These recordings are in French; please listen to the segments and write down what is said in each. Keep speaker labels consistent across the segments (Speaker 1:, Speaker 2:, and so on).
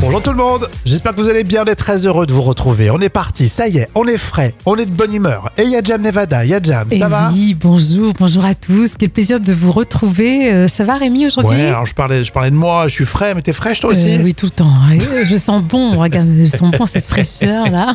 Speaker 1: Bonjour tout le monde J'espère que vous allez bien, on est très heureux de vous retrouver. On est parti, ça y est, on est frais, on est de bonne humeur. Et il y a Jam Nevada, il y a Jam,
Speaker 2: Eh
Speaker 1: ça va
Speaker 2: Oui, bonjour, bonjour à tous. Quel plaisir de vous retrouver. Euh, ça va Rémi aujourd'hui
Speaker 1: Ouais, alors je parlais, je parlais de moi, je suis frais, mais t'es fraîche toi aussi
Speaker 2: Euh, Oui, tout le temps. Euh, Je sens bon, regarde, je sens bon cette fraîcheur là.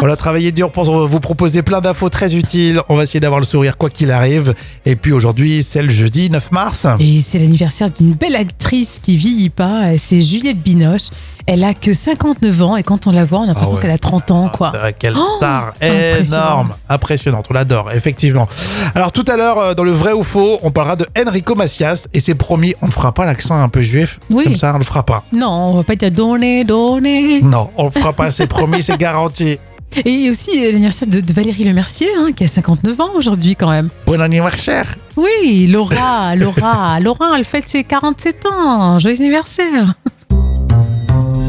Speaker 1: On a travaillé dur pour vous proposer plein d'infos très utiles. On va essayer d'avoir le sourire quoi qu'il arrive. Et puis aujourd'hui, c'est le jeudi 9 mars.
Speaker 2: Et c'est l'anniversaire d'une belle actrice qui vieillit pas, Euh, c'est Juliette Binoche. Elle a que 59 ans et quand on la voit, on a l'impression
Speaker 1: Ah ouais.
Speaker 2: qu'elle a 30 ans
Speaker 1: Ah,
Speaker 2: quoi.
Speaker 1: c'est vrai, quelle
Speaker 2: Oh,
Speaker 1: star
Speaker 2: impressionnant.
Speaker 1: énorme, impressionnante, on l'adore, effectivement. Alors tout à l'heure, euh, dans le vrai ou faux, on parlera de Enrico Macias et c'est promis, on ne fera pas l'accent un peu juif,
Speaker 2: Oui.
Speaker 1: comme ça on le fera pas.
Speaker 2: Non, on va pas dire donner, donner.
Speaker 1: Non, on le fera pas, c'est promis, c'est garanti.
Speaker 2: Et aussi euh, l'anniversaire de, de Valérie Lemercier hein, qui a 59 ans aujourd'hui quand même.
Speaker 1: Bon anniversaire
Speaker 2: Oui, Laura, Laura, Laura, elle fête ses 47 ans. Joyeux anniversaire.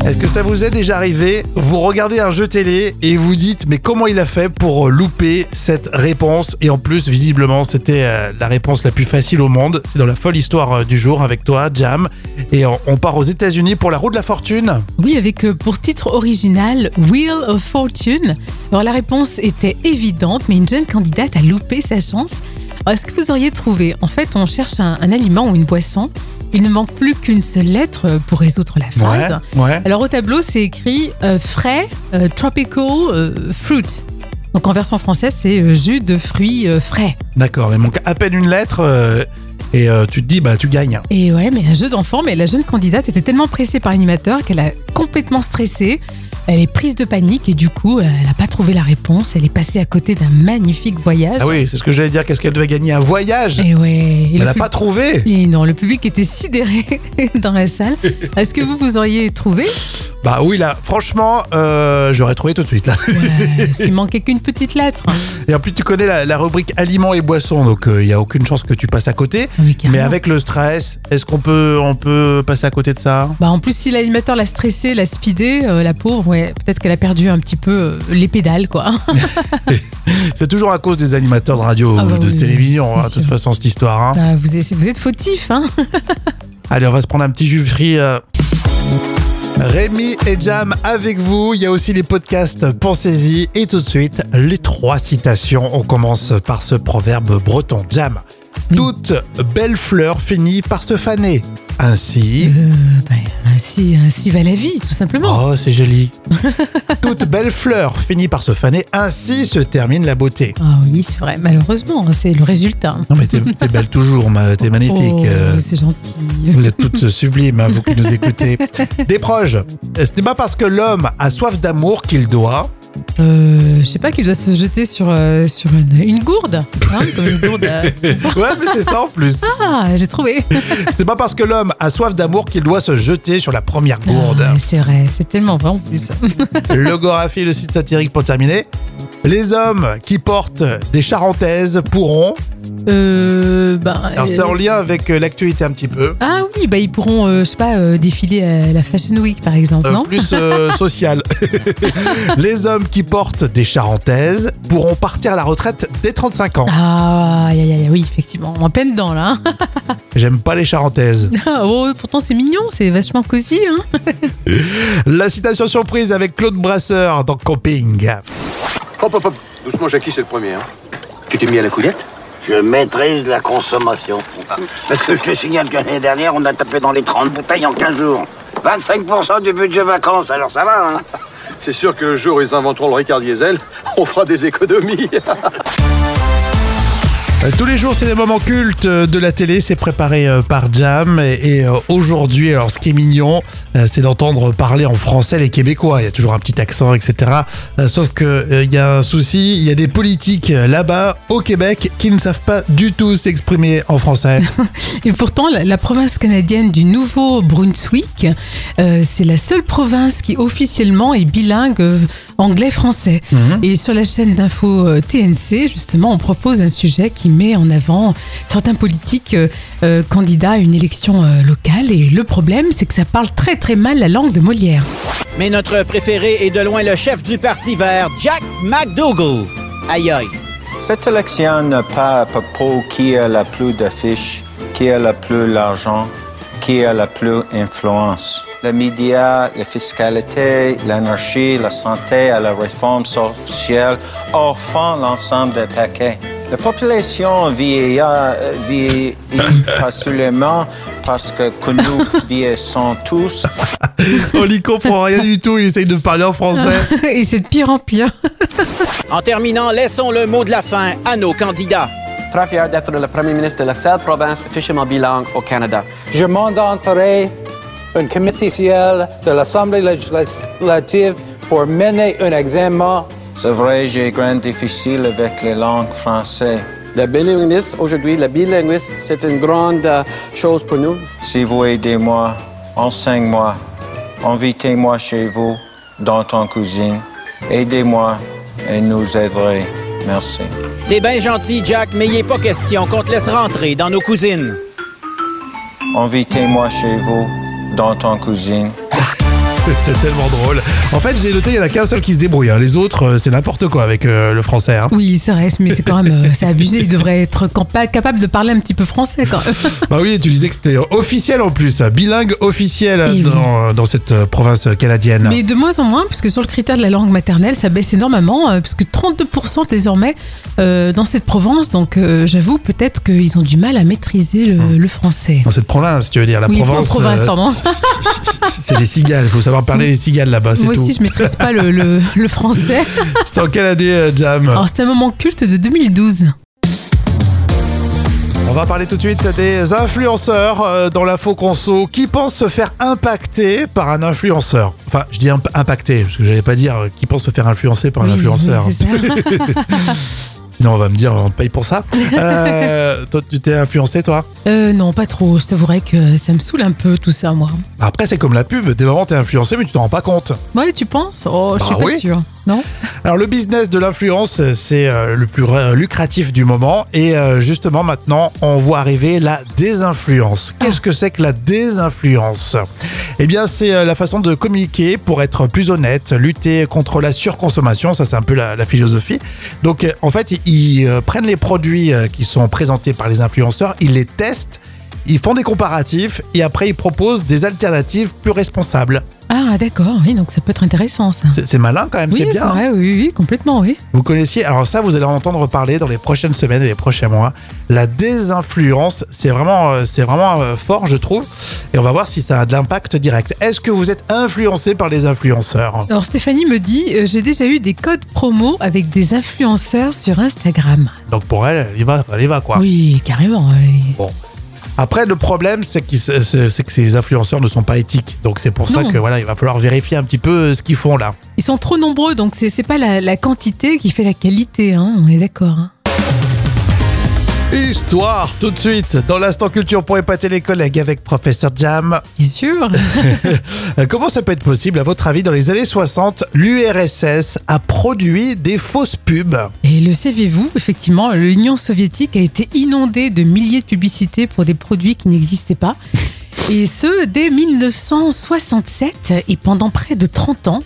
Speaker 1: Est-ce que ça vous est déjà arrivé Vous regardez un jeu télé et vous dites mais comment il a fait pour euh, louper cette réponse Et en plus, visiblement, c'était euh, la réponse la plus facile au monde. C'est dans la folle histoire euh, du jour avec toi, Jam. Et on, on part aux États-Unis pour la roue de la fortune.
Speaker 2: Oui, avec euh, pour titre original Wheel of Fortune. Alors la réponse était évidente, mais une jeune candidate a loupé sa chance. Alors, Est-ce que vous auriez trouvé En fait, on cherche un, un aliment ou une boisson. Il ne manque plus qu'une seule lettre euh, pour résoudre la phrase.
Speaker 1: ouais.
Speaker 2: Alors au tableau, c'est écrit euh, frais euh, tropical euh, fruit. Donc en version française, c'est euh, jus de fruits euh, frais.
Speaker 1: D'accord, il manque à peine une lettre euh, et euh, tu te dis bah tu gagnes.
Speaker 2: Et ouais, mais un jeu d'enfant, mais la jeune candidate était tellement pressée par l'animateur qu'elle a complètement stressé. Elle est prise de panique et du coup, euh, elle n'a pas trouvé la réponse. Elle est passée à côté d'un magnifique voyage.
Speaker 1: Ah oui, c'est ce que j'allais dire, qu'est-ce qu'elle devait gagner Un voyage
Speaker 2: Et ouais. et
Speaker 1: Elle
Speaker 2: le
Speaker 1: l'a
Speaker 2: pub-
Speaker 1: pas trouvé
Speaker 2: Et non, le public était sidéré dans la salle. Est-ce que vous, vous auriez trouvé
Speaker 1: Bah oui, là, franchement, euh, j'aurais trouvé tout de suite là.
Speaker 2: Ouais, Parce qu'il manquait qu'une petite lettre. hein.
Speaker 1: Et en plus, tu connais la, la rubrique aliments et boissons, donc euh, il n'y a aucune chance que tu passes à côté.
Speaker 2: Non, mais
Speaker 1: Mais
Speaker 2: Ah carrément.
Speaker 1: avec le stress, est-ce qu'on peut, on peut passer à côté de ça
Speaker 2: Bah, en plus, si l'animateur l'a stressée, l'a speedée, euh, la pauvre, ouais, peut-être qu'elle a perdu un petit peu euh, les pédales, quoi.
Speaker 1: C'est toujours à cause des animateurs de radio
Speaker 2: Ah bah
Speaker 1: ou de
Speaker 2: oui,
Speaker 1: télévision,
Speaker 2: bien
Speaker 1: hein, de toute
Speaker 2: sûr.
Speaker 1: façon, cette histoire. hein.
Speaker 2: Bah, vous, êtes, vous êtes fautif, hein
Speaker 1: Allez, on va se prendre un petit jus frit. euh. Rémi et Jam avec vous. Il y a aussi les podcasts Pensez-y. Et tout de suite, les trois citations. On commence par ce proverbe breton. Jam. Toute belle fleur finit par se faner. Ainsi.
Speaker 2: Euh, bah, ainsi, ainsi va la vie, tout simplement.
Speaker 1: Oh, c'est joli. Toute belle fleur finit par se faner. Ainsi se termine la beauté.
Speaker 2: Ah oui, c'est vrai, malheureusement, hein, c'est le résultat.
Speaker 1: Non, mais t'es t'es belle toujours, ma- t'es magnifique.
Speaker 2: Oh,
Speaker 1: euh.
Speaker 2: c'est gentil.
Speaker 1: Vous êtes toutes sublimes, hein, vous qui nous écoutez. Des proches, ce n'est pas parce que l'homme a soif d'amour qu'il doit.
Speaker 2: Euh, je sais pas qu'il doit se jeter sur, euh, sur une, une gourde. hein, comme une gourde. euh.
Speaker 1: Ouais, mais c'est ça en plus.
Speaker 2: Ah, j'ai trouvé.
Speaker 1: Ce n'est pas parce que l'homme a soif d'amour qu'il doit se jeter sur la première gourde.
Speaker 2: Ah, c'est vrai, c'est tellement vrai en plus.
Speaker 1: Logographie, le site satirique pour terminer. Les hommes qui portent des charentaises pourront.
Speaker 2: Euh, bah,
Speaker 1: Alors, c'est
Speaker 2: euh,
Speaker 1: en lien avec euh, l'actualité un petit peu.
Speaker 2: Ah oui, bah ils pourront, euh, je sais pas, euh, défiler à la Fashion Week par exemple,
Speaker 1: Euh,
Speaker 2: non
Speaker 1: plus euh, social. Les hommes qui portent des charentaises pourront partir à la retraite dès 35 ans.
Speaker 2: Ah, aïe, aïe, aïe, oui, effectivement, en pleine dedans là. hein.
Speaker 1: J'aime pas les charentaises.
Speaker 2: oh, pourtant c'est mignon, c'est vachement cosy. Hein
Speaker 1: La citation surprise avec Claude Brasseur dans Camping. Euh,
Speaker 3: Hop, hop, hop. Doucement, Jackie, c'est le premier. Hein. Tu t'es mis à la couillette
Speaker 4: Je maîtrise la consommation. Parce que je te signale que l'année dernière, on a tapé dans les 30 bouteilles en 15 jours. 25% du budget vacances, alors ça va, hein
Speaker 3: C'est sûr que le jour où ils inventeront le Ricard Diesel, on fera des économies.
Speaker 1: Euh, Tous les jours, c'est des moments cultes euh, de la télé. C'est préparé euh, par Jam. Et, et, euh, aujourd'hui, alors ce qui est mignon, euh, c'est d'entendre parler en français les Québécois. Il y a toujours un petit accent, etc. Euh, Sauf que euh, il y a un souci. Il y a des politiques euh, là-bas, au Québec, qui ne savent pas du tout s'exprimer en français.
Speaker 2: Et pourtant, la, la province canadienne du Nouveau-Brunswick, euh, c'est la seule province qui officiellement est bilingue euh, anglais-français. Et sur la chaîne d'info euh, TNC, justement, on propose un sujet qui met en avant certains politiques euh, euh, candidats à une élection euh, locale. Et le problème, c'est que ça parle très très mal la langue de Molière.
Speaker 5: Mais notre préféré est de loin le chef du Parti vert, Jack McDougall. Aïe aïe.
Speaker 6: Cette élection n'est pas à propos qui a la plus d'affiches, qui a le plus l'argent, qui a la plus influence. Les médias, la fiscalité, l'énergie, la santé à la réforme sociale, enfin l'ensemble des paquets. La population vieillit, euh, vieillit pas seulement parce que, que nous vieillissons tous,
Speaker 1: On n'y comprend rien du tout, il essaye de parler en français.
Speaker 2: Et c'est de pire en pire.
Speaker 5: En terminant, laissons le mot de la fin à nos candidats.
Speaker 7: Très fier d'être le premier ministre de la seule province officiellement bilingue au Canada.
Speaker 8: Je mandaterai un comité ciel de l'Assemblée législative pour mener un examen
Speaker 6: c'est vrai, j'ai grand difficile avec les langues françaises.
Speaker 7: Le bilinguisme, aujourd'hui, le bilinguisme, c'est une grande euh, chose pour nous.
Speaker 6: Si vous aidez-moi, enseigne-moi, invitez-moi chez vous, dans ton cuisine, aidez-moi et nous aiderez. Merci.
Speaker 5: T'es bien gentil, Jack, mais il est pas question qu'on te laisse rentrer dans nos cousines.
Speaker 6: Invitez-moi chez vous, dans ton cuisine.
Speaker 1: C'est tellement drôle. En fait, j'ai noté, il n'y en a qu'un seul qui se débrouille. hein. Les autres, euh, c'est n'importe quoi avec euh, le français. hein.
Speaker 2: Oui, c'est vrai, mais c'est quand même, euh, c'est abusé. Il devrait être campa- capable de parler un petit peu français quand même.
Speaker 1: Bah oui, tu disais que c'était officiel en plus, bilingue officiel
Speaker 2: Et
Speaker 1: dans, dans cette euh, province canadienne.
Speaker 2: Mais de moins en moins, puisque sur le critère de la langue maternelle, ça baisse énormément, euh, puisque 32% désormais euh, dans cette province. Donc euh, j'avoue, peut-être qu'ils ont du mal à maîtriser le,
Speaker 1: Ah.
Speaker 2: le français.
Speaker 1: Dans cette province, tu veux dire, la
Speaker 2: Oui,
Speaker 1: province. euh,
Speaker 2: en province, pardon.
Speaker 1: c'est les cigales, il faut savoir parler les cigales là-bas, Ah, c'est
Speaker 2: Moi
Speaker 1: tout.
Speaker 2: aussi, je maîtrise pas le, le- le français.
Speaker 1: C'était en quelle année, euh, Jam
Speaker 2: Alors c'était un moment culte de 2012.
Speaker 1: On va parler tout de suite des influenceurs euh, dans l'info conso qui pensent se faire impacter par un influenceur. Enfin, je dis imp- impacter, parce que j'allais pas dire euh, qui pense se faire influencer par un
Speaker 2: Oui,
Speaker 1: influenceur.
Speaker 2: oui, c'est ça.
Speaker 1: Sinon, on va me dire, on te paye pour ça. Euh, toi, tu t'es influencé, toi
Speaker 2: Euh, non, pas trop. Je t'avouerais que ça me saoule un peu tout ça, moi.
Speaker 1: Après, c'est comme la pub. Des moments, t'es influencé, mais tu t'en rends pas compte.
Speaker 2: Ouais, tu penses Oh, je suis
Speaker 1: Bah
Speaker 2: pas
Speaker 1: oui.
Speaker 2: sûre. Non
Speaker 1: Alors le business de l'influence, c'est euh, le plus euh, lucratif du moment et euh, justement maintenant on voit arriver la désinfluence. Qu'est-ce que c'est que la désinfluence Eh bien c'est euh, la façon de communiquer pour être plus honnête, lutter contre la surconsommation, ça c'est un peu la, la philosophie. Donc euh, en fait ils euh, prennent les produits euh, qui sont présentés par les influenceurs, ils les testent, ils font des comparatifs et après ils proposent des alternatives plus responsables.
Speaker 2: Ah, d'accord, oui, donc ça peut être intéressant, ça.
Speaker 1: C'est c'est malin quand même,
Speaker 2: Oui,
Speaker 1: c'est
Speaker 2: c'est
Speaker 1: bien. hein.
Speaker 2: vrai, oui, oui, complètement, oui.
Speaker 1: Vous connaissiez, alors ça, vous allez en entendre parler dans les prochaines semaines et les prochains mois. La désinfluence, c'est vraiment, euh, c'est vraiment euh, fort, je trouve. Et on va voir si ça a de l'impact direct. Est-ce que vous êtes influencé par les influenceurs
Speaker 2: Alors Stéphanie me dit, euh, j'ai déjà eu des codes promo avec des influenceurs sur Instagram.
Speaker 1: Donc pour elle, elle y va, elle y va quoi.
Speaker 2: Oui, carrément. oui.
Speaker 1: Bon. Après, le problème, c'est qu'ils- c'est- c'est- c'est que ces influenceurs ne sont pas éthiques. Donc c'est pour ça
Speaker 2: Non.
Speaker 1: que voilà, il va falloir vérifier un petit peu euh, ce qu'ils font là.
Speaker 2: Ils sont trop nombreux, donc c'est c'est pas la, la quantité qui fait la qualité, hein, on est d'accord. hein.
Speaker 1: Histoire tout de suite dans l'instant culture pour épater les collègues avec Professeur Jam.
Speaker 2: Bien sûr.
Speaker 1: Euh, Comment ça peut être possible, à votre avis, dans les années 60, l'URSS a produit des fausses pubs
Speaker 2: Et le savez-vous, effectivement, l'Union soviétique a été inondée de milliers de publicités pour des produits qui n'existaient pas. Et ce, dès 1967 et pendant près de 30 ans.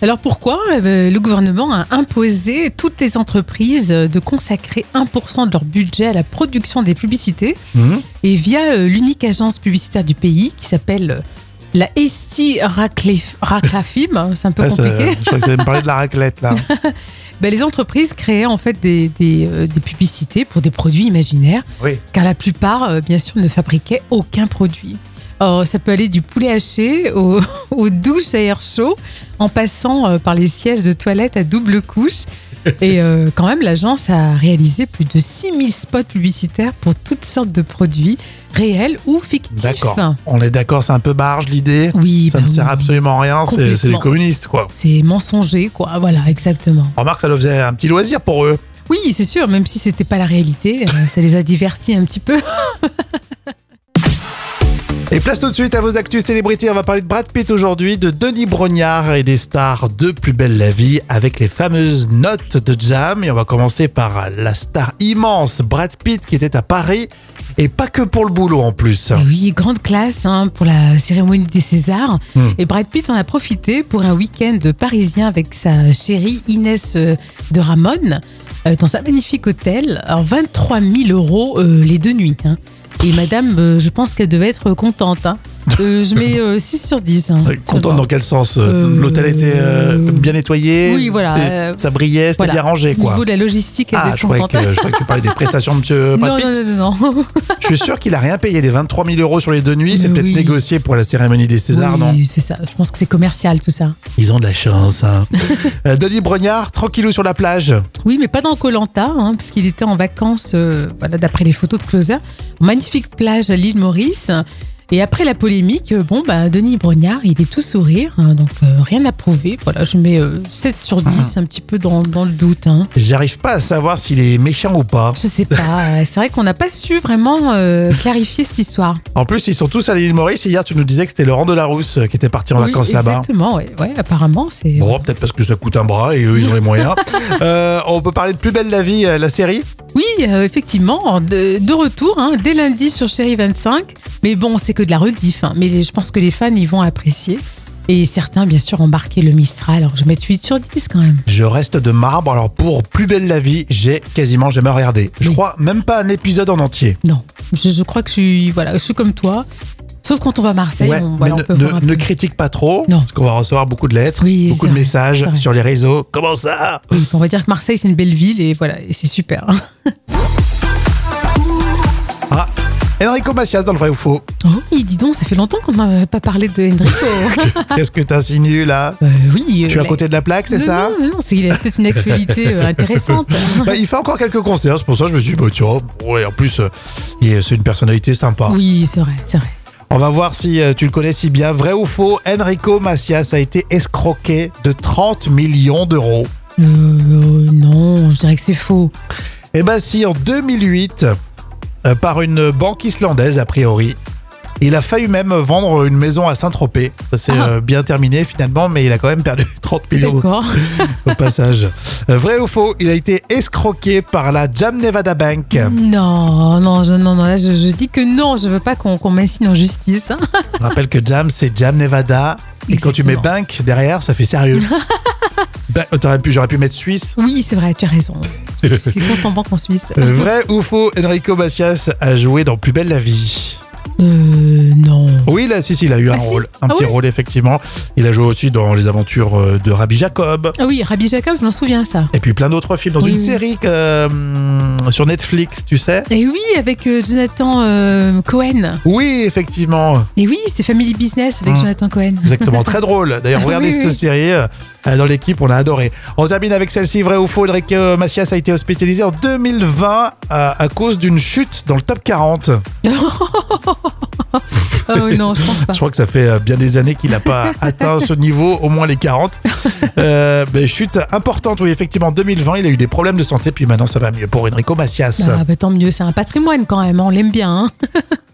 Speaker 2: Alors pourquoi Eh ben, Le gouvernement a imposé à toutes les entreprises de consacrer 1% de leur budget à la production des publicités. Et via euh, l'unique agence publicitaire du pays qui s'appelle euh, la Esti Raclef- Raclafim, hein, c'est un peu
Speaker 1: Ouais, Ah, ça-
Speaker 2: compliqué.
Speaker 1: Je crois que tu allais me parler de la raclette, là.
Speaker 2: Ben, les entreprises créaient en fait des, des, euh, des publicités pour des produits imaginaires,
Speaker 1: Oui.
Speaker 2: car la plupart, euh, bien sûr, ne fabriquaient aucun produit. Or, ça peut aller du poulet haché au- aux douches à air chaud, en passant euh, par les sièges de toilette à double couche. Et euh, quand même, l'agence a réalisé plus de 6000 spots publicitaires pour toutes sortes de produits, réels ou fictifs.
Speaker 1: D'accord. On est d'accord, c'est un peu barge l'idée.
Speaker 2: Oui,
Speaker 1: ça
Speaker 2: bah
Speaker 1: ne
Speaker 2: oui.
Speaker 1: sert absolument à rien, c'est- c'est les
Speaker 2: Complètement.
Speaker 1: communistes, quoi.
Speaker 2: C'est mensonger, quoi. Voilà, exactement.
Speaker 1: Remarque, ça leur faisait un petit loisir pour eux.
Speaker 2: Oui, c'est sûr, même si c'était pas la réalité, euh, ça les a divertis un petit peu.
Speaker 1: Et place tout de suite à vos actus célébrités. On va parler de Brad Pitt aujourd'hui, de Denis Brognard et des stars de Plus Belle la Vie avec les fameuses notes de Jam. Et on va commencer par la star immense Brad Pitt qui était à Paris et pas que pour le boulot en plus.
Speaker 2: Eh Oui, grande classe hein, pour la cérémonie des Césars.
Speaker 1: Hmm.
Speaker 2: Et Brad Pitt en a profité pour un week-end parisien avec sa chérie Inès euh, de Ramon. euh, dans un magnifique hôtel. Alors 23 000 euros euh, les deux nuits. hein. Et madame, euh, je pense qu'elle devait être contente. hein. Euh, je mets euh, 6 sur 10. hein.
Speaker 1: Contente dans quel sens euh,
Speaker 2: Euh,
Speaker 1: L'hôtel était euh, bien nettoyé
Speaker 2: oui, voilà,
Speaker 1: c'était-
Speaker 2: euh,
Speaker 1: Ça brillait, c'était
Speaker 2: Voilà.
Speaker 1: bien rangé,
Speaker 2: Au
Speaker 1: quoi.
Speaker 2: niveau de la logistique, elle
Speaker 1: Ah,
Speaker 2: devait
Speaker 1: je
Speaker 2: être
Speaker 1: croyais,
Speaker 2: contente.
Speaker 1: que, je croyais que tu parlais des prestations de Monsieur Brad
Speaker 2: Non,
Speaker 1: Pitt.
Speaker 2: non, non, non, non.
Speaker 1: Je suis sûr qu'il a rien payé les 23 000 euros sur les deux nuits. C'est
Speaker 2: Mais
Speaker 1: peut-être
Speaker 2: Euh, oui.
Speaker 1: négocié pour la cérémonie des Césars,
Speaker 2: Oui,
Speaker 1: non
Speaker 2: c'est ça. Je pense que c'est commercial tout ça.
Speaker 1: Ils ont de la chance. Hein. Euh, Denis Brognard, tranquillou sur la plage.
Speaker 2: Oui, mais pas dans Colanta, parce qu'il était en vacances, euh, voilà, d'après les photos de Closer. Magnifique plage à l'île Maurice. Et après la polémique, euh, bon, bah, Denis Brognard, il est tout sourire, hein, donc euh, rien à prouver. Voilà, je mets euh, 7 sur 10,
Speaker 1: Ah.
Speaker 2: un petit peu dans, dans le doute. Hein.
Speaker 1: J'arrive pas à savoir s'il est méchant ou pas.
Speaker 2: Je sais pas, euh, c'est vrai qu'on n'a pas su vraiment euh, clarifier cette histoire.
Speaker 1: En plus, ils sont tous à l'île Maurice. Hier, tu nous disais que c'était Laurent Delarousse euh, qui était parti en
Speaker 2: oui,
Speaker 1: vacances là-bas.
Speaker 2: exactement, ouais, ouais, apparemment, c'est.
Speaker 1: Bon, peut-être parce que ça coûte un bras et eux, ils ont les moyens. Euh, on peut parler de Plus belle la vie, euh, la série
Speaker 2: Oui, euh, effectivement, de, de retour, hein, dès lundi sur Chéri 25. Mais bon, c'est que de la rediff. hein. mais les- je pense que les fans, ils vont apprécier. Et certains, bien sûr, ont marqué le Mistral. Alors, je mets 8 sur 10 quand même.
Speaker 1: Je reste de marbre. Alors, pour Plus belle la vie, j'ai quasiment jamais regardé. Je
Speaker 2: Oui.
Speaker 1: crois même pas un épisode en entier.
Speaker 2: Non, je, je crois que je suis, voilà, je suis comme toi. Sauf quand on va à Marseille,
Speaker 1: Ouais,
Speaker 2: on,
Speaker 1: mais
Speaker 2: voilà, bah on
Speaker 1: ne,
Speaker 2: peut
Speaker 1: ne-
Speaker 2: voir
Speaker 1: ne
Speaker 2: un peu.
Speaker 1: critique pas trop,
Speaker 2: Non.
Speaker 1: parce qu'on va recevoir beaucoup de lettres,
Speaker 2: Oui,
Speaker 1: beaucoup
Speaker 2: c'est
Speaker 1: de
Speaker 2: vrai,
Speaker 1: messages
Speaker 2: c'est vrai.
Speaker 1: sur les réseaux. Comment ça
Speaker 2: Oui, On va dire que Marseille, c'est une belle ville et voilà, et c'est super. hein.
Speaker 1: Ah, Enrico Macias dans le vrai ou faux.
Speaker 2: Oh, oui, dis donc, ça fait longtemps qu'on n'avait pas parlé de Enrico.
Speaker 1: Qu'est-ce que t'insinues là
Speaker 2: Euh, oui.
Speaker 1: Je suis à côté de la plaque, c'est ça hein
Speaker 2: Non, non, c'est qu'il a peut-être une actualité euh, intéressante.
Speaker 1: Bah, Il fait encore quelques concerts, c'est pour ça que je me suis dit, bah, tiens, ouais, en plus, euh, il est- c'est une personnalité sympa.
Speaker 2: Oui, c'est vrai, c'est vrai.
Speaker 1: On va voir si euh, tu le connais si bien. Vrai ou faux, Enrico Macias a été escroqué de 30 millions d'euros.
Speaker 2: Euh, non, je dirais que c'est faux.
Speaker 1: Eh ben si, en 2008, euh, par une banque islandaise a priori, il a failli même vendre une maison à Saint-Tropez. Ça s'est
Speaker 2: Ah.
Speaker 1: euh, bien terminé finalement, mais il a quand même perdu 30 millions
Speaker 2: D'accord.
Speaker 1: au passage. Euh, Vrai ou faux, il a été escroqué par la Jam Nevada Bank.
Speaker 2: Non, non, je, non, non, là, je, je dis que non, je veux pas qu'on qu'on m'assigne en justice. hein.
Speaker 1: Je rappelle que Jam, c'est Jam Nevada. Et quand tu mets
Speaker 2: Exactement.
Speaker 1: bank derrière, ça fait sérieux. Ben, t'aurais pu- J'aurais pu mettre Suisse.
Speaker 2: Oui, c'est vrai, tu as raison. C'est c'est compte en banque en Suisse.
Speaker 1: Euh, Vrai ou faux, Enrico Macias a joué dans Plus belle la vie.
Speaker 2: Euh, non.
Speaker 1: Oui, là, si, si, il a eu un
Speaker 2: Ah, si
Speaker 1: rôle, un
Speaker 2: Ah
Speaker 1: petit
Speaker 2: oui
Speaker 1: rôle, effectivement. Il a joué aussi dans Les Aventures euh, de Rabbi Jacob,
Speaker 2: Ah oui, Rabbi Jacob, je m'en souviens, ça.
Speaker 1: et puis plein d'autres films, dans
Speaker 2: Oui,
Speaker 1: une
Speaker 2: oui.
Speaker 1: série que, euh, sur Netflix, tu sais.
Speaker 2: Et oui, avec euh, Jonathan euh, Cohen.
Speaker 1: Oui, effectivement,
Speaker 2: Et oui, c'était Family Business avec
Speaker 1: Mm.
Speaker 2: Jonathan Cohen.
Speaker 1: exactement, très drôle. D'ailleurs,
Speaker 2: Ah,
Speaker 1: regardez
Speaker 2: oui,
Speaker 1: cette
Speaker 2: oui.
Speaker 1: série, euh, dans l'équipe, on a adoré. On termine avec celle-ci, vrai ou faux, Enrique Macias a été hospitalisé en 2020 euh, à, à cause d'une chute dans le top 40.
Speaker 2: Oh non, je pense pas.
Speaker 1: Je crois que ça fait euh, bien des années qu'il n'a pas atteint ce niveau, au moins les 40. Euh, ben, chute importante, oui, effectivement, en 2020, il a eu des problèmes
Speaker 2: Bah,
Speaker 1: de santé, puis maintenant ça va mieux pour Enrico Macias.
Speaker 2: Ah, bah, tant mieux, c'est un patrimoine quand même, on l'aime bien. hein.